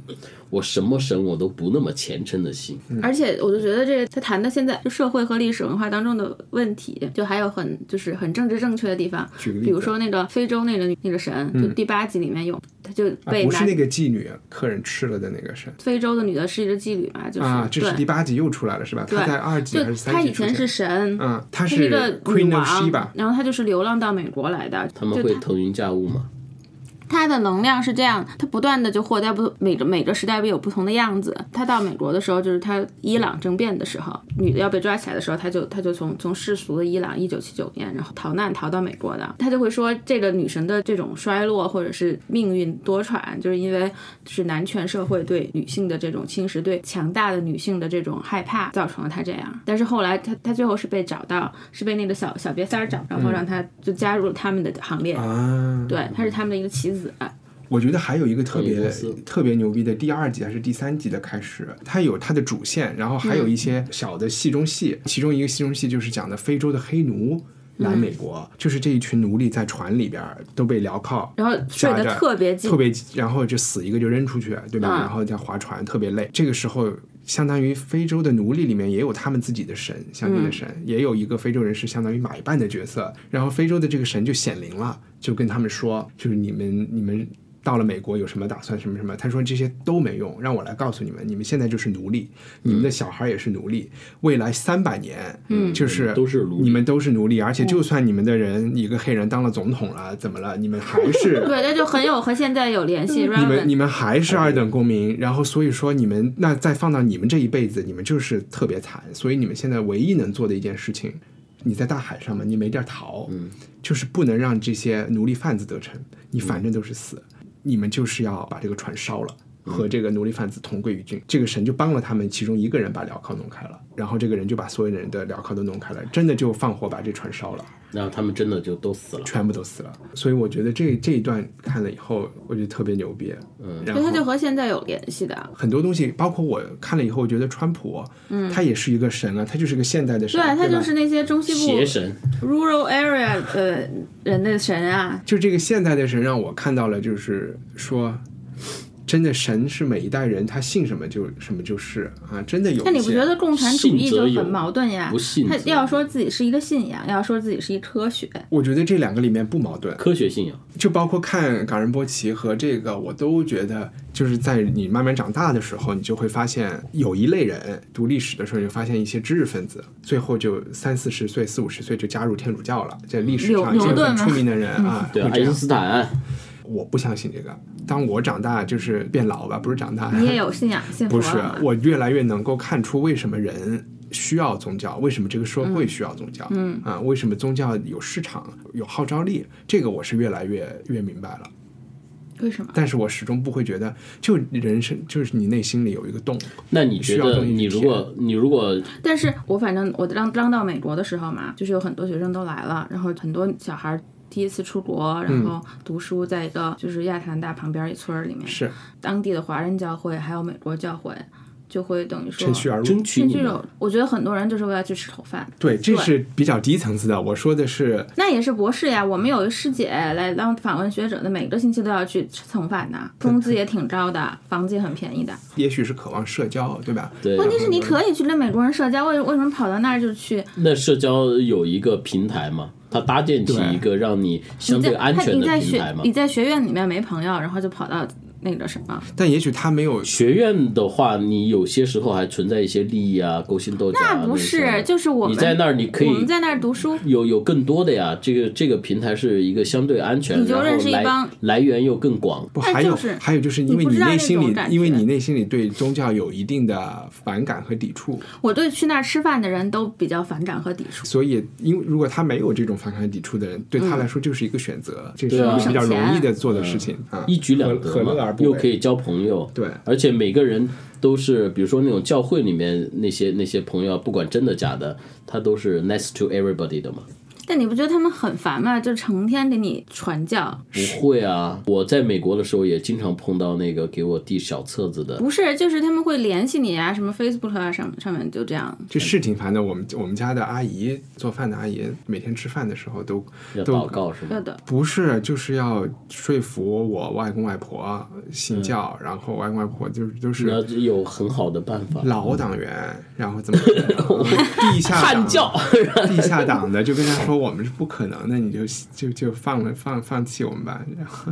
C: 我什么神我都不那么虔诚的信。
A: 嗯
B: 而且我就觉得这个他谈的现在就社会和历史文化当中的问题，就还有很就是很政治正确的地方，
A: 举个例子
B: 比如说那个非洲那个那个神，就第八集里面有，他就
A: 啊，
B: 被
A: 不
B: 拿
A: 是那个妓女客人吃了的那个神
B: 非洲的女的是一个妓女嘛，就是
A: 啊，这是第
B: 对
A: 八集又出来了是吧？他
B: 对，
A: 在二集
B: 就
A: 还是三
B: 他
A: 集
B: 以
A: 出
B: 前
A: 现
B: 是神，
A: 嗯，他
B: 他
A: 是
B: 一个女
A: Queen of
B: 王
A: Sheba，，
B: 然后他就是流浪到美国来的，
C: 他们
B: 就
C: 会腾云驾雾吗？
B: 它的能量是这样，它不断的就活在不每个每个时代不有不同的样子。他到美国的时候，就是他伊朗政变的时候，女的要被抓起来的时候，他就他就从从世俗的伊朗一九七九年，然后逃难逃到美国的。他就会说，这个女神的这种衰落或者是命运多舛，就是因为是男权社会对女性的这种侵蚀，对强大的女性的这种害怕，造成了她这样。但是后来她她最后是被找到，是被那个小小瘪三儿找到，然后让她就加入了他们的行列。
A: 啊，
B: 对，她是他们的一个棋子。
A: 我觉得还有一个特
C: 创业
A: 别
C: 公司
A: 特别牛逼的，第二集还是第三集的开始，它有它的主线，然后还
B: 嗯
A: 有一些小的戏中戏，其中一个戏中戏就是讲的非洲的黑奴。来
B: 嗯
A: 美国，就是这一群奴隶在船里边儿都被镣铐
B: 然后睡
A: 夹
B: 得
A: 着
B: 特别近
A: 特别，然后就死一个就扔出去，对吧？
B: 嗯
A: 然后再划船，特别累。这个时候，相当于非洲的奴隶里面也有他们自己的神，相信的神，也有一个非洲人是相当于马一半的角色。然后非洲的这个神就显灵了，就跟他们说，就是你们你们。到了美国有什么打算？什么什么？他说这些都没用，让我来告诉你们，你们现在就是奴隶，你们的小孩也是奴隶，未来三百年，嗯，就是
C: 都是奴隶
A: 你们都是奴隶，而且就算你们的人一个黑人当了总统了，怎么了？你们还是
B: 对，那就很有和现在有联
A: 嗯
B: 系。
A: 你们
B: Raven
A: 你们还是二等公民，然后所以说你们那再放到你们这一辈子，你们就是特别惨，所以你们现在唯一能做的一件事情，你在大海上嘛，你没地儿逃，就是不能让这些奴隶贩子得逞，你反正都是死，你们就是要把这个船烧了。和这个奴隶贩子同归于尽，这个神就帮了他们其中一个人把镣铐弄开了，然后这个人就把所有人的镣铐都弄开了，真的就放火把这船烧了。
C: 然后他们真的就都死了。
A: 全部都死了。所以我觉得这这一段看了以后，我觉得特别牛逼。嗯，然
B: 对，他就
A: 后
B: 和现在有联系的。
A: 很多东西，包括我看了以后，我觉得川普，嗯，他也是一个神啊，他就是个现代的神，
B: 对，他
A: 吧
B: 就是那些中西部
C: 邪神，
B: rural area 呃人的神啊。
A: 就这个现代的神让我看到了，就是说。真的神是每一代人他信什么就什么就是啊，真的有一些。
B: 那你不觉得共产主义
C: 信则
B: 就
C: 有
B: 很矛盾呀
C: 不信？
B: 他
C: 则
B: 要说自己是一个信仰，要说自己是一科学，
A: 我觉得这两个里面不矛盾，
C: 科学信仰，
A: 就包括看冈仁波齐和这个，我都觉得就是在你慢慢长大的时候，你就会发现有一类人读历史的时候，你就发现一些知识分子，最后就三四十岁、四五十岁就加入天主教了，在历史上
B: 牛
A: 一些
B: 牛顿
A: 很
B: 吗嗯
A: 出名的
B: (laughs)
A: 人啊，
C: 对
A: 会
C: 爱
A: 这
C: 因
A: 样。
C: 斯坦，
A: 我不相信这个，当我长大就是变老吧，不是长大，
B: 你也有信仰，信
A: (laughs)
B: 佛啊
A: 不是
B: 了吗？
A: 我越来越能够看出为什么人需要宗教，为什么这个社会需要宗教，嗯啊，为什么宗教有市场、有号召力，这个我是越来越越明白了。
B: 为什么？
A: 但是我始终不会觉得，就人生就是你内心里有一个洞，
C: 那你觉
A: 需要
C: 得
A: 东西去
C: 你如果你如果
B: 但是我反正我刚刚到美国的时候嘛，就是有很多学生都来了，然后很多小孩儿第一次出国，然
A: 嗯
B: 后读书，在一个就是亚特兰大旁边一村儿里面，
A: 是
B: 当地的华人教会还有美国教会，就会等于说
A: 趁虚而入
C: 争。取你
B: 这
C: 们
B: 种，我觉得很多人就是为了去吃口饭。
A: 对，这是比较低层次的。我说的是，
B: 那也是博士呀，我们有一师姐来当访问学者的，每个星期都要去吃蹭饭的，工资也挺高的，房子也很便宜的。
A: 也许是渴望社交，对吧？
C: 对，
B: 问题是你可以去跟美国人社交，为为什么跑到那儿就去？
C: 那社交有一个平台嘛，它搭建起
A: 对
C: 一个让你相
B: 你在
C: 对安
B: 他
C: 全
B: 你
C: 的
B: 在
C: 平台
B: 学
C: 嘛
B: 你。在学院里面没朋友，然后就跑到那个什么，
A: 但也许他没有
C: 学院的话，你有些时候还存在一些利益啊、勾心斗角啊。
B: 那不
C: 那
B: 是
C: 些
B: 就是我们
C: 你在那儿，你可以
B: 我们在那儿读书，
C: 有有更多的呀。这个这个平台是一个相对安全，
B: 你就
C: 然后
B: 认识一
C: 来
B: 帮
C: 来源又更广。
A: 不，
B: 但
A: 还有、
B: 就是
A: 还有，就是因为
B: 你不
A: 你
B: 知道
A: 内
B: 那
A: 心
B: 种
A: 里，
B: 感
A: 因为
B: 觉
A: 你内心里对宗教有一定的反感和抵触，
B: 我对去那儿吃饭的人都比较反感和抵触。
A: 所以因为如果他没有这种反感抵触的人，对他来说就是一个选择，这是
C: 对啊
A: 比较
B: 省钱
A: 容易的做的事情啊，
C: 一举两
A: 何
C: 得
A: 何乐
C: 嘛
A: 而，不为？
C: 又可以交朋友，
A: 对
C: 而且每个人都是，比如说那种教会里面那些那些朋友，啊不管真的假的，他都是 nice to everybody 的嘛。
B: 但你不觉得他们很烦吗？就成天给你传教，
C: 不会啊，我在美国的时候也经常碰到那个给我递小册子的，
B: 不是，就是他们会联系你啊，什么 Facebook 啊上上面就这样。
A: 这是挺烦的。我们我们家的阿姨做饭的阿姨，每天吃饭的时候都
C: 要
A: 都
C: 祷告是
B: 要
C: 吗？
B: 的，
A: 不是，就是要说服我外公外婆信教，然后外公外婆就是就
C: 你要
A: 是
C: 有很好的办法，
A: 老党员，然后怎么
C: (laughs)
A: 怎么样地下党
C: 叛教。
A: 地下党的就跟他说我们是不可能的，你就就就放了放放弃我们吧。 (laughs) 然后，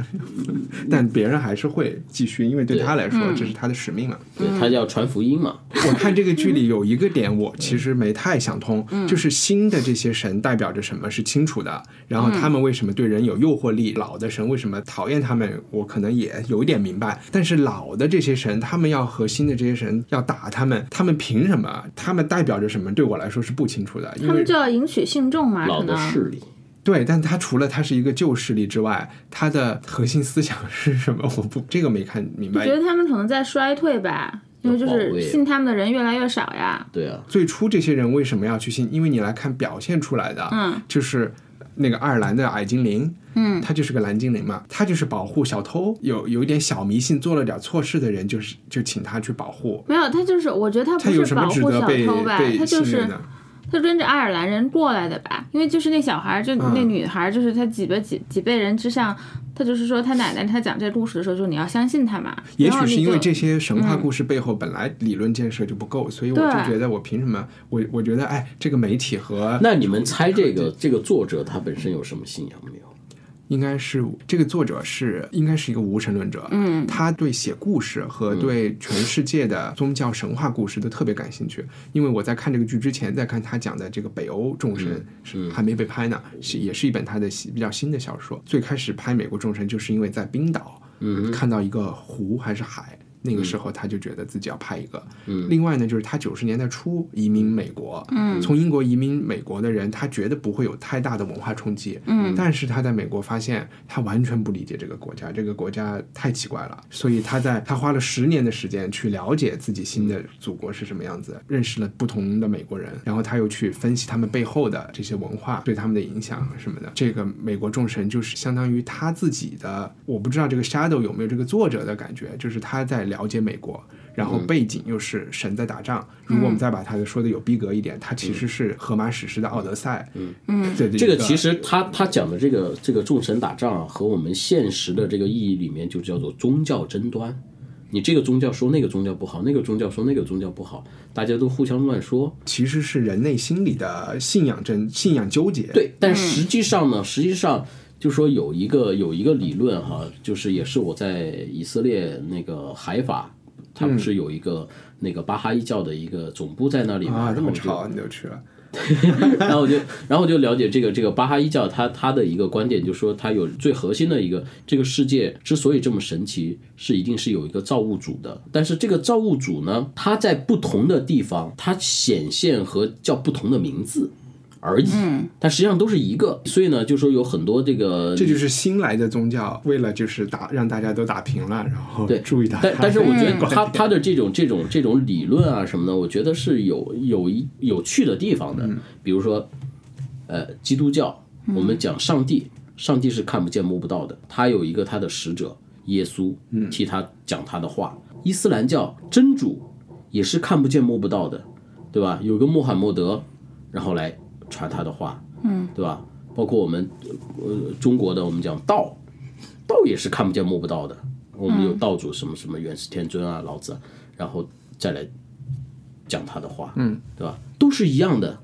A: 但别人还是会继续，因为对他来说
C: 嗯
A: 这是他的使命嘛。
C: 对
B: 嗯
C: 他要传福音嘛，
A: 我看这个剧里有一个点，我其实没太想通，
B: 嗯
A: 就是新的这些神代表着什么是清楚的，然后他们为什么对人有诱惑力，老的神为什么讨厌他们，我可能也有一点明白。但是老的这些神，他们要和新的这些神要打他们，他们凭什么？他们代表着什么？对我来说是不清楚的，因
B: 他
A: 为
B: 们就要迎娶信众嘛，
C: 老
B: 可
C: 的
B: 能。
C: 势力。
A: 对，但他除了他是一个旧势力之外，他的核心思想是什么？我不这个没看明
B: 我
A: 白
B: 觉。得他们可能在衰退吧，因为就
C: 要保
B: 是
C: 卫
B: 信他们的人越来越少呀。
C: 对啊，
A: 最初这些人为什么要去信？因为你来看表现出来的，
B: 嗯，
A: 就是那个爱尔兰的矮精灵，嗯，他就是个蓝精灵嘛，他就是保护小偷，有有一点小迷信，做了点错事的人，就是就请他去保护。
B: 没有，他就是，我觉得他
A: 他
B: 不
A: 有
B: 是
A: 什么
B: 保
A: 值
B: 护
A: 得
B: 小
A: 被
B: 偷吧，他
A: 被
B: 就
A: 信任
B: 是
A: 的？
B: 他跟着爱尔兰人过来的吧，因为就是那小孩儿，就
A: 嗯
B: 那女孩儿，就是他几辈几几辈人之上，他就是说他奶奶他讲这故事的时候，就是你要相信他嘛。
A: 也
B: 然后
A: 许
B: 你
A: 是因为
B: 就嗯
A: 这些神话故事背后本来理论建设就不够，所以我就
B: 对
A: 觉得我凭什么？我我觉得哎，这个媒体和
C: 那你们猜这
B: 嗯
C: 个这个作者他本身有什么信仰没有？
A: 应该是这个作者是应该是一个无神论者，嗯，他对写故事和对全世界的宗教神话故事都特别感兴趣。因为我在看这个剧之前，在看他讲的这个北欧众神是还没被拍呢，是也是一本他的比较新的小说。最开始拍美国众神，就是因为在冰岛，嗯，看到一个湖还是海。那个时候他就觉得自己要拍一个，嗯、另外呢，就是他九十年代初移民美国，嗯、从英国移民美国的人，他觉得不会有太大的文化冲击，嗯、但是他在美国发现他完全不理解这个国家，这个国家太奇怪了，所以他在他花了十年的时间去了解自己新的祖国是什么样子，认识了不同的美国人，然后他又去分析他们背后的这些文化对他们的影响什么的。这个美国众神就是相当于他自己的，我不知道这个 Shadow 有没有这个作者的感觉，就是他在了解美国，然
C: 嗯
A: 后背景又是神在打仗。如果我们再把他说的有逼格一点，他其实是荷马史诗的《奥德赛》。嗯嗯，对
C: 这个其实他他讲的这个这个众神打仗啊，和我们现实的这个意义里面就叫做宗教争端。你这个宗教说那个宗教不好，那个宗教说那个宗教不好，大家都互相乱说。
A: 其实是人内心里的信仰争、信仰纠结。，
C: 对，但实际上呢，实际上就说有一个有一个理论哈，就是也是我在以色列那个海法，它
A: 嗯
C: 不是有一个那个巴哈伊教的一个总部在那里嘛，
A: 啊，这
C: 然后
A: 么
C: 我就
A: 吵你就去了，
C: 然后我就，然后我就了解这个这个巴哈伊教他他的一个观点，就是说他有最核心的一个，这个世界之所以这么神奇，是一定是有一个造物主的。但是这个造物主呢，他在不同的地方，他显现和叫不同的名字而已，但实际上都是一个。所以呢，就说有很多这个
A: 嗯这就是新来的宗教，为了就是打让大家都打平了，然后
C: 对
A: 注意到它的观点。
C: 但但是我觉得他他的这种这种这种理论啊什么的，我觉得是有有一有趣的地方的。比如说，呃，基督教，我们讲上帝，上帝是看不见摸不到的，他有一个他的使者耶稣替他讲他的话。伊斯兰教真主也是看不见摸不到的，对吧？有个穆罕默德，然后来传他的话，嗯，对吧？包括我们呃中国的，我们讲道，道也是看不见摸不到的。我们有道主什么什么元始天尊啊、老子啊，然后再来讲他的话，嗯，对吧？都是一样的，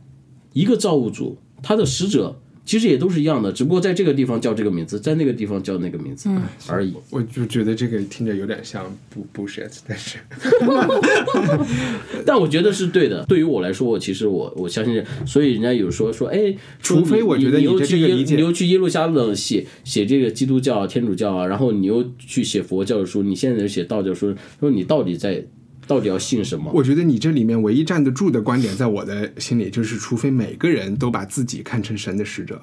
C: 一个造物主，他的使者其实也都是一样的，只不过在这个地方叫这个名字，在那个地方叫那个名字而已。
A: 我就觉得这个听着有点像不 bullshit，但是 (laughs)
C: 但我觉得是对的。对于我来说，我其实我我相信这，所以人家有说说，哎，
A: 除非我觉得
C: 你
A: 你
C: 又
A: 的
C: 去
A: 这个
C: 耶
A: 理解
C: 你又去耶路撒冷写写这个基督教啊、天主教啊，然后你又去写佛教的书，你现在又写道教书，说你到底在到底要信什么？
A: 我觉得你这里面唯一站得住的观点，在我的心里就是，除非每个人都把自己看成神的使者，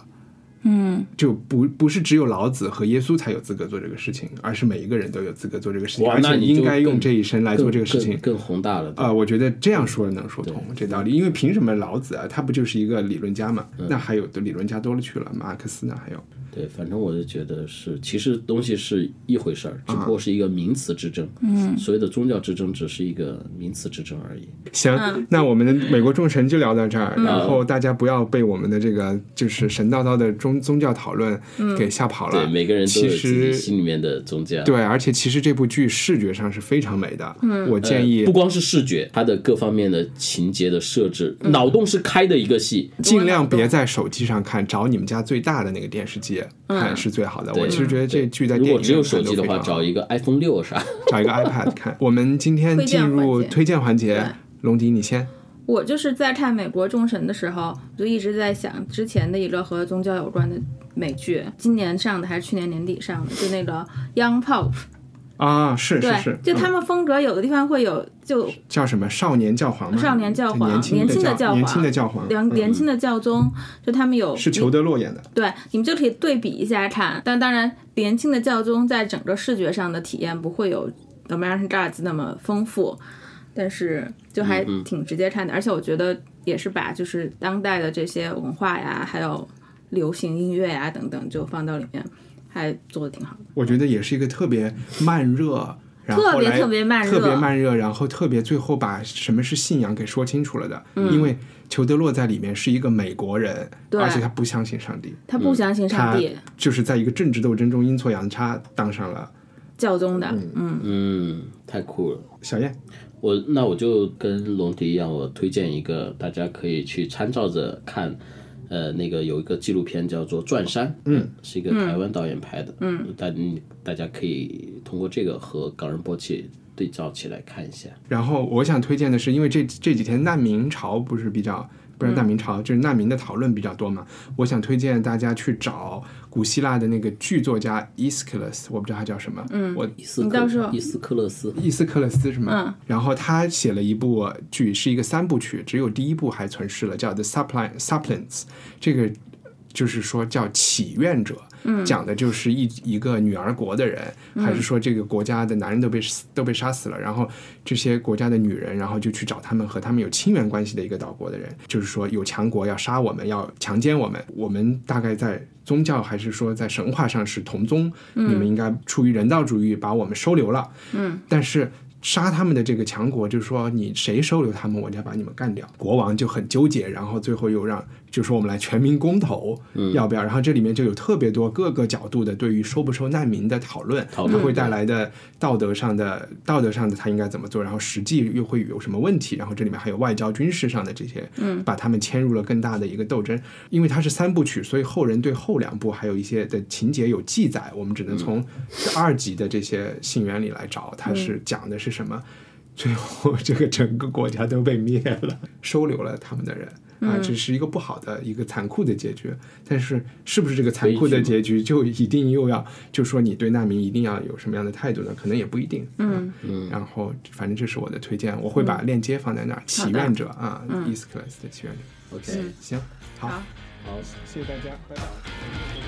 A: 嗯，就不不是只有老子和耶稣才有资格做这个事情，而是每一个人都有资格做这个事情，
C: 哇
A: 而
C: 那
A: 且
C: 你就
A: 应该用
C: 更
A: 这一生来做这个事情
C: 更。更宏大了。
A: 啊，我觉得这样说能说通这道理，因为凭什么老子啊，他不就是一个理论家嘛？
C: 嗯
A: 那还有的理论家多了去了，马克思呢，还有
C: 对，反正我就觉得是，其实东西是一回事儿，只
A: 啊
C: 不过是一个名词之争。嗯，所谓的宗教之争只是一个名词之争而已。
A: 行，
B: 嗯
A: 那我们的美国众神就聊到这儿，然后大家不要被我们的这个就是神叨叨的宗宗教讨论给
B: 嗯
A: 吓跑了。
C: 对，每个人都有
A: 其
C: 自己
A: 实
C: 心里面的宗教。啊
A: 对，而且其实这部剧视觉上是非常美的，
B: 嗯
A: 我建议
C: 呃不光是视觉，它的各方面的情节的设置，
B: 嗯
C: 脑洞是开的一个戏。
A: 尽量别在手机上看，找你们家最大的那个电视机看是最好的。我
C: 对
A: 其实觉得这剧在
C: 如
A: 电
C: 果
A: 影
C: 只有
A: 院
C: 手
A: 看都
C: 机的
A: 非
C: 话，
A: 常好
C: 找一个 iPhone 六啥。
A: 找一个
B: (laughs)
A: iPad 看。我们今天
B: 推荐
A: 进
B: 环
A: 入
B: 节
A: 推荐环节
B: 对，
A: 龙迪你先。
B: 我就是在看《美国众神》的时候，我就一直在想之前的一个和宗教有关的美剧，今年上的还是去年年底上的，就那个《Young Pope》。
A: 啊，是是
B: 对，
A: 是，
B: 就他
A: 嗯
B: 们风格有的地方会有，就
A: 叫什么少年教皇吗？
B: 少年教皇、
A: 年轻
B: 年轻的
A: 教
B: 皇、
A: 年轻的教皇，嗯
B: 年年轻的教宗，就他们有
A: 是裘德洛演的。
B: 对，你们就可以对比一下看。但当然，年轻的教宗在整个视觉上的体验不会有《American Gods》那么丰富，但是就还挺直接看的。而且我觉得也是把就是当代的这些文化呀，还有流行音乐呀等等，就放到里面，还做的挺好的。
A: 我觉得也是一个特别慢热，然后
B: 特别
A: 来
B: 特别慢热
A: 特别慢热，然后特别最后把什么是信仰给说清楚了的。因为裘德洛在里面是一个美国人，
B: 嗯对
A: 而且他不相信上帝，
B: 他不相信上
A: 他
B: 帝、
A: 就是在一个政治斗争中阴错阳差当上了
B: 教宗的，嗯，
C: 嗯，太酷了。
A: 小燕。
C: 我那我就跟龙迪一样，我推荐一个大家可以去参照着看，呃，那个有一个纪录片叫做《转山》，嗯，是一个台湾导演拍的，嗯，大你大家可以通过这个和《港人波气》对照起来看一下。
A: 然后我想推荐的是，因为这这几天难民潮不是比较，不是难民潮，就是难民的讨论比较多嘛。我想推荐大家去找古希腊的那个剧作家伊斯克勒斯，我不知道他叫什么，嗯，我
C: 伊斯
B: 你到时
C: 克
B: 候
C: 伊斯克勒斯，
A: 伊斯克勒斯是吗？然后他写了一部剧，是一个三部曲，只有第一部还存世了，叫《The Suppli Suppliants》。这个就是说叫祈愿者，讲的就是一一个女儿国的人，还是说这个国家的男人都被死都被杀死了，然后这些国家的女人，然后就去找他们和他们有亲缘关系的一个岛国的人，就是说有强国要杀我们，要强奸我们，我们大概在。宗教还是说在神话上是同宗，你们应该出于人道主义把我们收留了。但是杀他们的这个强国就说你谁收留他们，我就要把你们干掉。国王就很纠结，然后最后又让就说我们来全民公投，
C: 嗯
A: 要不要？然后这里面就有特别多各个角度的对于收不收难民的讨论，
C: 讨论
A: 它会带来的道德上的道德上的他应该怎么做，然后实际又会有什么问题？然后这里面还有外交、军事上的这些，嗯，把他们牵入了更大的一个斗争。因为它是三部曲，所以后人对后两部还有一些的情节有记载，我们只能
C: 嗯
A: 从这二集的这些信源里来找，它是讲的是什么。最后， (laughs) 这个整个国家都被灭了，收留了他们的人啊，这是一个不好的一个残酷的结局。但是，是不是这个残酷的结局就一定又要就说你对难民一定要有什么样的态度呢？可能也不一定。嗯嗯。然后，反正这是我的推荐，我会把链接放在那儿。祈愿者啊，East Class 的祈愿者。
C: OK，
A: 行，好，
C: 好。
A: 谢谢大家，拜拜。